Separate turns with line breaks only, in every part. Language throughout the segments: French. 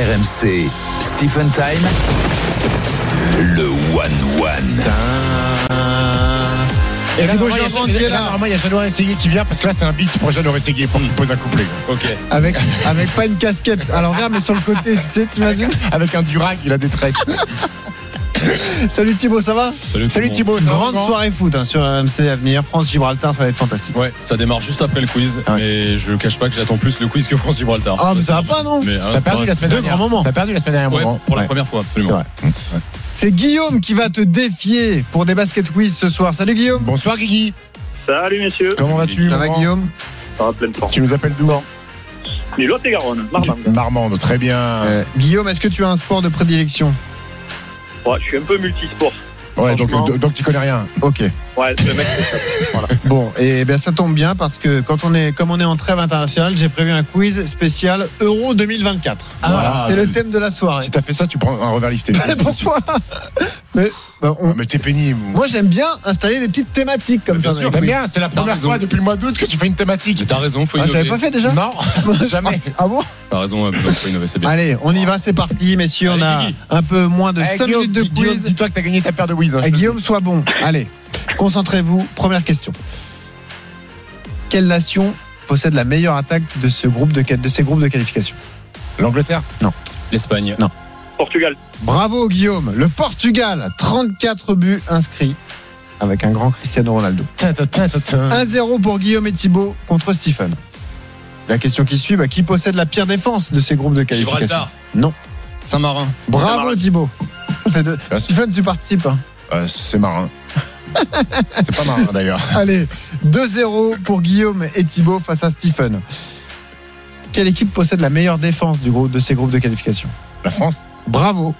RMC, Stephen Time, le One One.
Et
Ah. Et
là,
c'est bon,
normalement,
j'ai
il y a-
entendu,
là,
là.
Normalement, il y a Jeannot Essayé qui vient parce que là, c'est un beat pour Jeannot Essayé pour une pose un couplet.
Ok.
Avec, avec pas une casquette à l'envers, mais sur le côté, tu sais, t'imagines
Avec un durag, il a des tresses.
Salut Thibaut, ça va
Salut,
Salut
tout le
Thibaut.
monde.
ça va,
Grande
Laurent
soirée foot hein, sur RMC à venir. France-Gibraltar, ça va être fantastique.
Ouais, ça démarre juste après le quiz.
Ah ouais.
Mais je cache pas que j'attends plus le quiz que France Gibraltar.
Ah, mais ça va pas, non
Mais, hein,
T'as perdu la semaine
Deux
dernière.
grands moments.
T'as perdu la semaine dernière.
ouais,
Laurent.
pour la
Ouais.
première fois, absolument.
C'est Guillaume qui va te défier pour des basket quiz ce soir. Salut Guillaume
Bonsoir Guigui.
Salut messieurs,
Comment vas-tu
Ça va
Laurent
Guillaume
ça va pleine forme.
Tu nous appelles d'où
Du Lot et Garonne, Marmande.
Du- Marmande, très bien.
Euh, Guillaume, est-ce que tu as un sport de prédilection
Ouais, je suis un peu multisport.
ouais, donc,
franchement.
donc tu connais rien.
Ok.
Ouais, le mec, c'est ça.
Bon, et bien ça tombe bien parce que quand on est, comme on est en trêve internationale, j'ai prévu un quiz spécial Euro 2024.
Ah,
voilà, c'est le
oui.
thème de la soirée.
Si t'as fait ça, tu prends un revers lifté.
Pourquoi Mais, bah, on-
Ah, Mais t'es pénible.
Moi, j'aime bien installer des petites thématiques comme
Bien
ça.
sûr,
mec.
T'aimes bien, c'est la première
raison.
fois depuis le mois d'août que tu fais une thématique.
Mais T'as raison, faut
Ah, j'avais
innover.
pas fait déjà
Non, jamais.
Ah bon
T'as raison, Abdel, faut innover, c'est bien.
Allez, on y va, c'est parti, messieurs.
Allez,
on a
Guigui.
un peu moins de
Eh,
5
Guillaume,
minutes de
dis- Guillaume,
quiz.
Dis-toi que t'as gagné ta paire de Wiz. hein,
Eh,
je te
Guillaume, sois bon. Allez, concentrez-vous. Première question. Quelle nation possède la meilleure attaque de, ce groupe de, de ces groupes de qualification
dis. L'Angleterre.
L'Espagne.
Portugal,
Bravo Guillaume, le Portugal, 34 buts inscrits avec un grand Cristiano Ronaldo.
Tin, tin, tin, tin, tin.
1-0 pour Guillaume et Thibaut contre Stephen. La question qui suit, bah, qui possède la pire défense de ces groupes de qualification
Gibraltar.
Non.
Saint-Marin.
Bravo
Camarade.
Thibaut. Ça fait deux.
Merci.
Stephen, tu participes. hein.
Euh, c'est marin. c'est pas marin d'ailleurs.
Allez, 2-0 pour Guillaume et Thibaut face à Stephen. Quelle équipe possède la meilleure défense du groupe, de ces groupes de qualification
La France.
Bravo.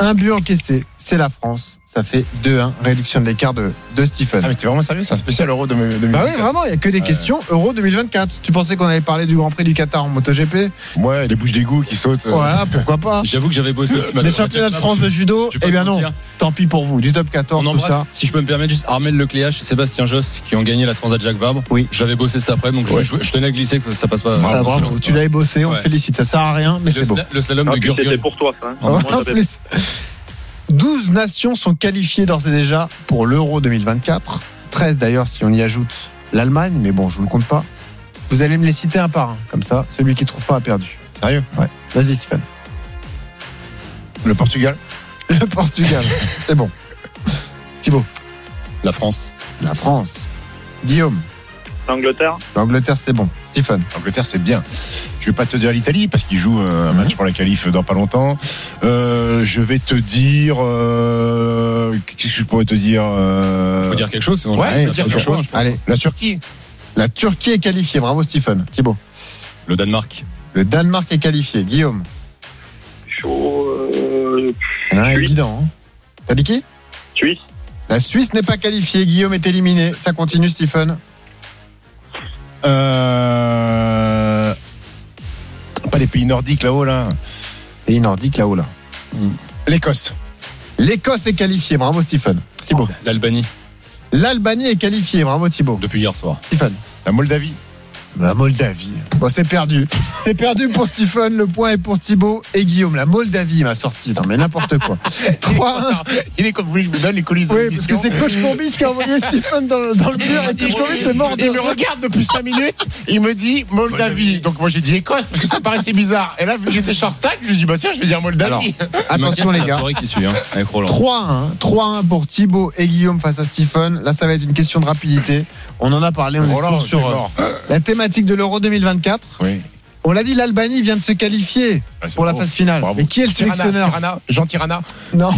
Un but encaissé, c'est la France. Ça fait 2-1, réduction de l'écart de, de Stephen.
Ah mais t'es vraiment sérieux, c'est un spécial euro de
Bah oui, vraiment, il n'y a que des
Ouais.
questions Euro 2024. Tu pensais qu'on avait parlé du Grand Prix du Qatar en MotoGP
Ouais, les bouches d'égout qui sautent. euh,
Voilà, pourquoi pas.
J'avoue que j'avais bossé aussi.
Des championnats de France de judo, eh bien non, tant pis pour vous. Du top 14,
On
tout ça.
embrasse, si je peux me permettre, juste Armel Lecléache et Sébastien Josse qui ont gagné la Transat Jacques Vabre.
Oui.
J'avais bossé cet après, donc je-
Ouais.
je, je tenais à glisser que ça, ça passe pas.
Ah,
en
bravo,
silence.
tu l'avais bossé, on
Ouais.
te félicite. Ça sert à rien, mais
Le
c'est beau.
sla- Le slalom
Ah,
de
puis c'était
Gurgel.
pour toi ça. hein.
Ouais,
Moi,
En
j'avais-
Ah, plus, 12 nations sont qualifiées d'ores et déjà pour l'Euro 2024. 13 d'ailleurs si on y ajoute l'Allemagne, mais bon, je vous le compte pas. Vous allez me les citer un par un, comme ça, celui qui trouve pas a perdu.
Sérieux
Ouais. Vas-y, Stéphane.
Le Portugal.
Le Portugal, c'est bon. Thibaut.
La France.
La France. Guillaume.
L'Angleterre,
L'Angleterre, c'est bon. Stephen.
L'Angleterre c'est bien. Je vais pas te dire l'Italie parce qu'ils jouent euh, un
Mhm.
match pour la qualif dans pas longtemps. Euh, je vais te dire. euh, Qu'est-ce que je pourrais te dire euh,
Faut dire quelque chose, sinon
Ouais,
je-
allez,
je-
dire
je-
quelque
je-
chose.
Allez,
La Turquie.
la Turquie est qualifiée. Bravo, Stephen. Thibaut.
Le Danemark.
Le Danemark est qualifié. Guillaume.
chaud, euh,
Il y en a un
Suisse.
évident. hein. T'as dit qui
Suisse,
La Suisse n'est pas qualifiée. Guillaume est éliminé. Ça continue, Stephen.
Euh, Pas les pays nordiques là-haut là.
Pays nordique là-haut là.
L'Écosse.
L'Écosse est qualifiée, bravo Stephen. Thibaut.
L'Albanie.
L'Albanie est qualifiée, bravo Thibaut.
Depuis hier soir.
Stephen.
La Moldavie.
La Moldavie. Bon, c'est perdu. C'est perdu pour Stephen, le point est pour Thibaut et Guillaume. La Moldavie m'a sorti, non mais n'importe quoi. 3-1.
Il est comme vous voulez, je vous donne les coulisses de
Oui, parce que
l'émission.
c'est Coach Courbis qui a envoyé Stephen dans le, dans le mur et Coach Courbis est mort. de
Il me regarde depuis 5 minutes, il me dit Moldavie. Donc moi j'ai dit Écosse parce que ça me paraissait bizarre. Et là, vu que j'étais short stack, je me dis bah tiens, je vais dire Moldavie.
Attention les
La
gars.
soirée qui suit, hein, avec Roland.
3-1. 3-1 pour Thibaut et Guillaume face à Stephen. Là, ça va être une question de rapidité. On en a parlé, on est
Roland,
toujours
c'est
sur euh,
mort.
la thématique de l'Euro 2024.
Oui.
On l'a dit, l'Albanie vient de se qualifier
Ah, c'est
pour la
bravo.
phase finale.
Bravo.
Mais qui est le
Tirana,
sélectionneur
Tirana, Jean Tirana.
Non.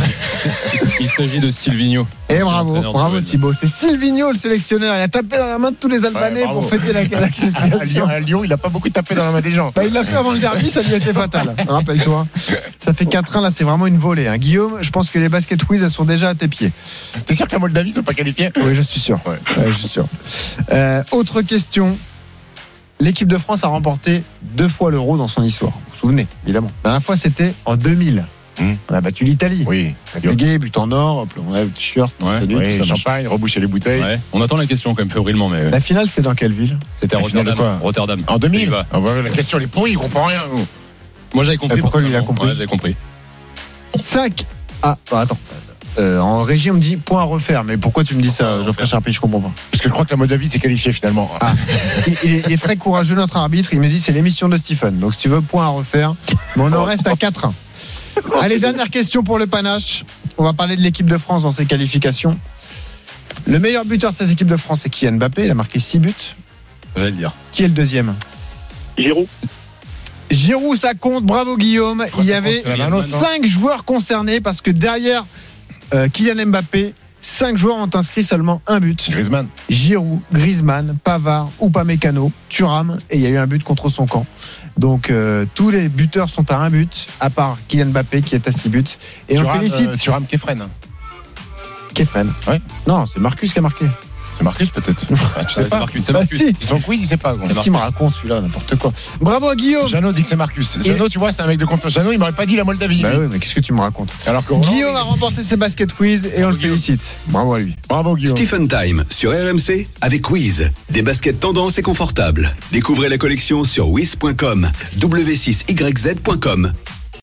Il s'agit de Silvino.
Et
C'est
bravo,
l'entraîneur
bravo
de
Thibaut. C'est Silvino le sélectionneur. Il a tapé dans la main de tous les Albanais
Ouais, bravo.
pour fêter la, la
À Lyon,
qualification.
à Lyon, il a pas beaucoup tapé dans la main des gens.
Bah, il l'a fait avant le derby, ça lui a été fatal. hein, Rappelle-toi. Ça fait 4-1, là, c'est vraiment une volée. hein. Guillaume, je pense que les basket whiz, elles sont déjà à tes pieds.
T'es sûr que la Moldavie, ils sont pas qualifiés
Oui, je suis sûr.
Ouais.
Ouais, je suis sûr. Euh, autre question. L'équipe de France a remporté deux fois l'Euro dans son histoire. Vous vous souvenez, évidemment. La dernière fois, c'était en 2000.
Hum.
On a battu l'Italie.
Oui.
C'était gay, but en or, on a le t-shirt,
Ouais,
salut, tout ça, machin.
champagne, reboucher les bouteilles.
Ouais. On attend la question quand même fébrilement, mais euh,
La finale, c'est dans quelle ville
c'était à
la finale de
Rotterdam.
quoi
Rotterdam.
En
Il
2000
va.
Ah ouais, La question elle est pourrie, on comprend rien. nous.
Moi j'avais compris.
Et pourquoi lui, il a
personnellement.
compris
Ouais, j'avais compris.
5 Ah, bah, attends. Euh, en régie, on me dit point à refaire. Mais pourquoi tu me dis ça, Geoffrey Charpie Je comprends pas.
Parce que je crois que la Moldavie s'est qualifiée finalement. Ah,
Il, il est, il est très courageux, notre arbitre. Il me dit c'est l'émission de Stephen. Donc, si tu veux, point à refaire. Mais on en reste à 4 Allez, dernière question pour le panache. On va parler de l'équipe de France dans ses qualifications. Le meilleur buteur de cette équipe de France, c'est Kylian Mbappé. Il a marqué 6 buts.
J'allais le dire.
Qui est le deuxième
Giroud.
Giroud, ça compte. Bravo, Guillaume. Il y avait
la balance, hein.
5 joueurs concernés parce que derrière euh, Kylian Mbappé, 5 joueurs ont inscrit seulement un but.
Griezmann.
Giroud, Griezmann, Pavard, Upamecano, Thuram et il y a eu un but contre son camp. Donc euh, tous les buteurs sont à un but, à part Kylian Mbappé qui est à 6 buts. Et on félicite
Thuram euh, Kefren.
Kefren.
Ouais.
Non, c'est Marcus qui a marqué.
C'est Marcus peut-être. Ah, tu sais
Ouais, C'est
pas.
Marcus. C'est
Bah
Marcus.
si,
Ils sont quiz, il sait pas. gros.
qu'est-ce qu'il me raconte celui-là, n'importe quoi. Bravo à Guillaume.
Jeannot dit que c'est Marcus. Jeannot, tu vois, c'est un mec de confiance. Jeannot, il m'aurait pas dit la Moldavie.
Bah oui, mais qu'est-ce que tu me racontes
Alors que
Guillaume a remporté ses basket quiz et on le félicite. Bravo à lui.
Bravo Guillaume.
Stephen Time sur RMC avec Wiz. Des baskets tendance et confortables. Découvrez la collection sur wiz.com, w6yz.com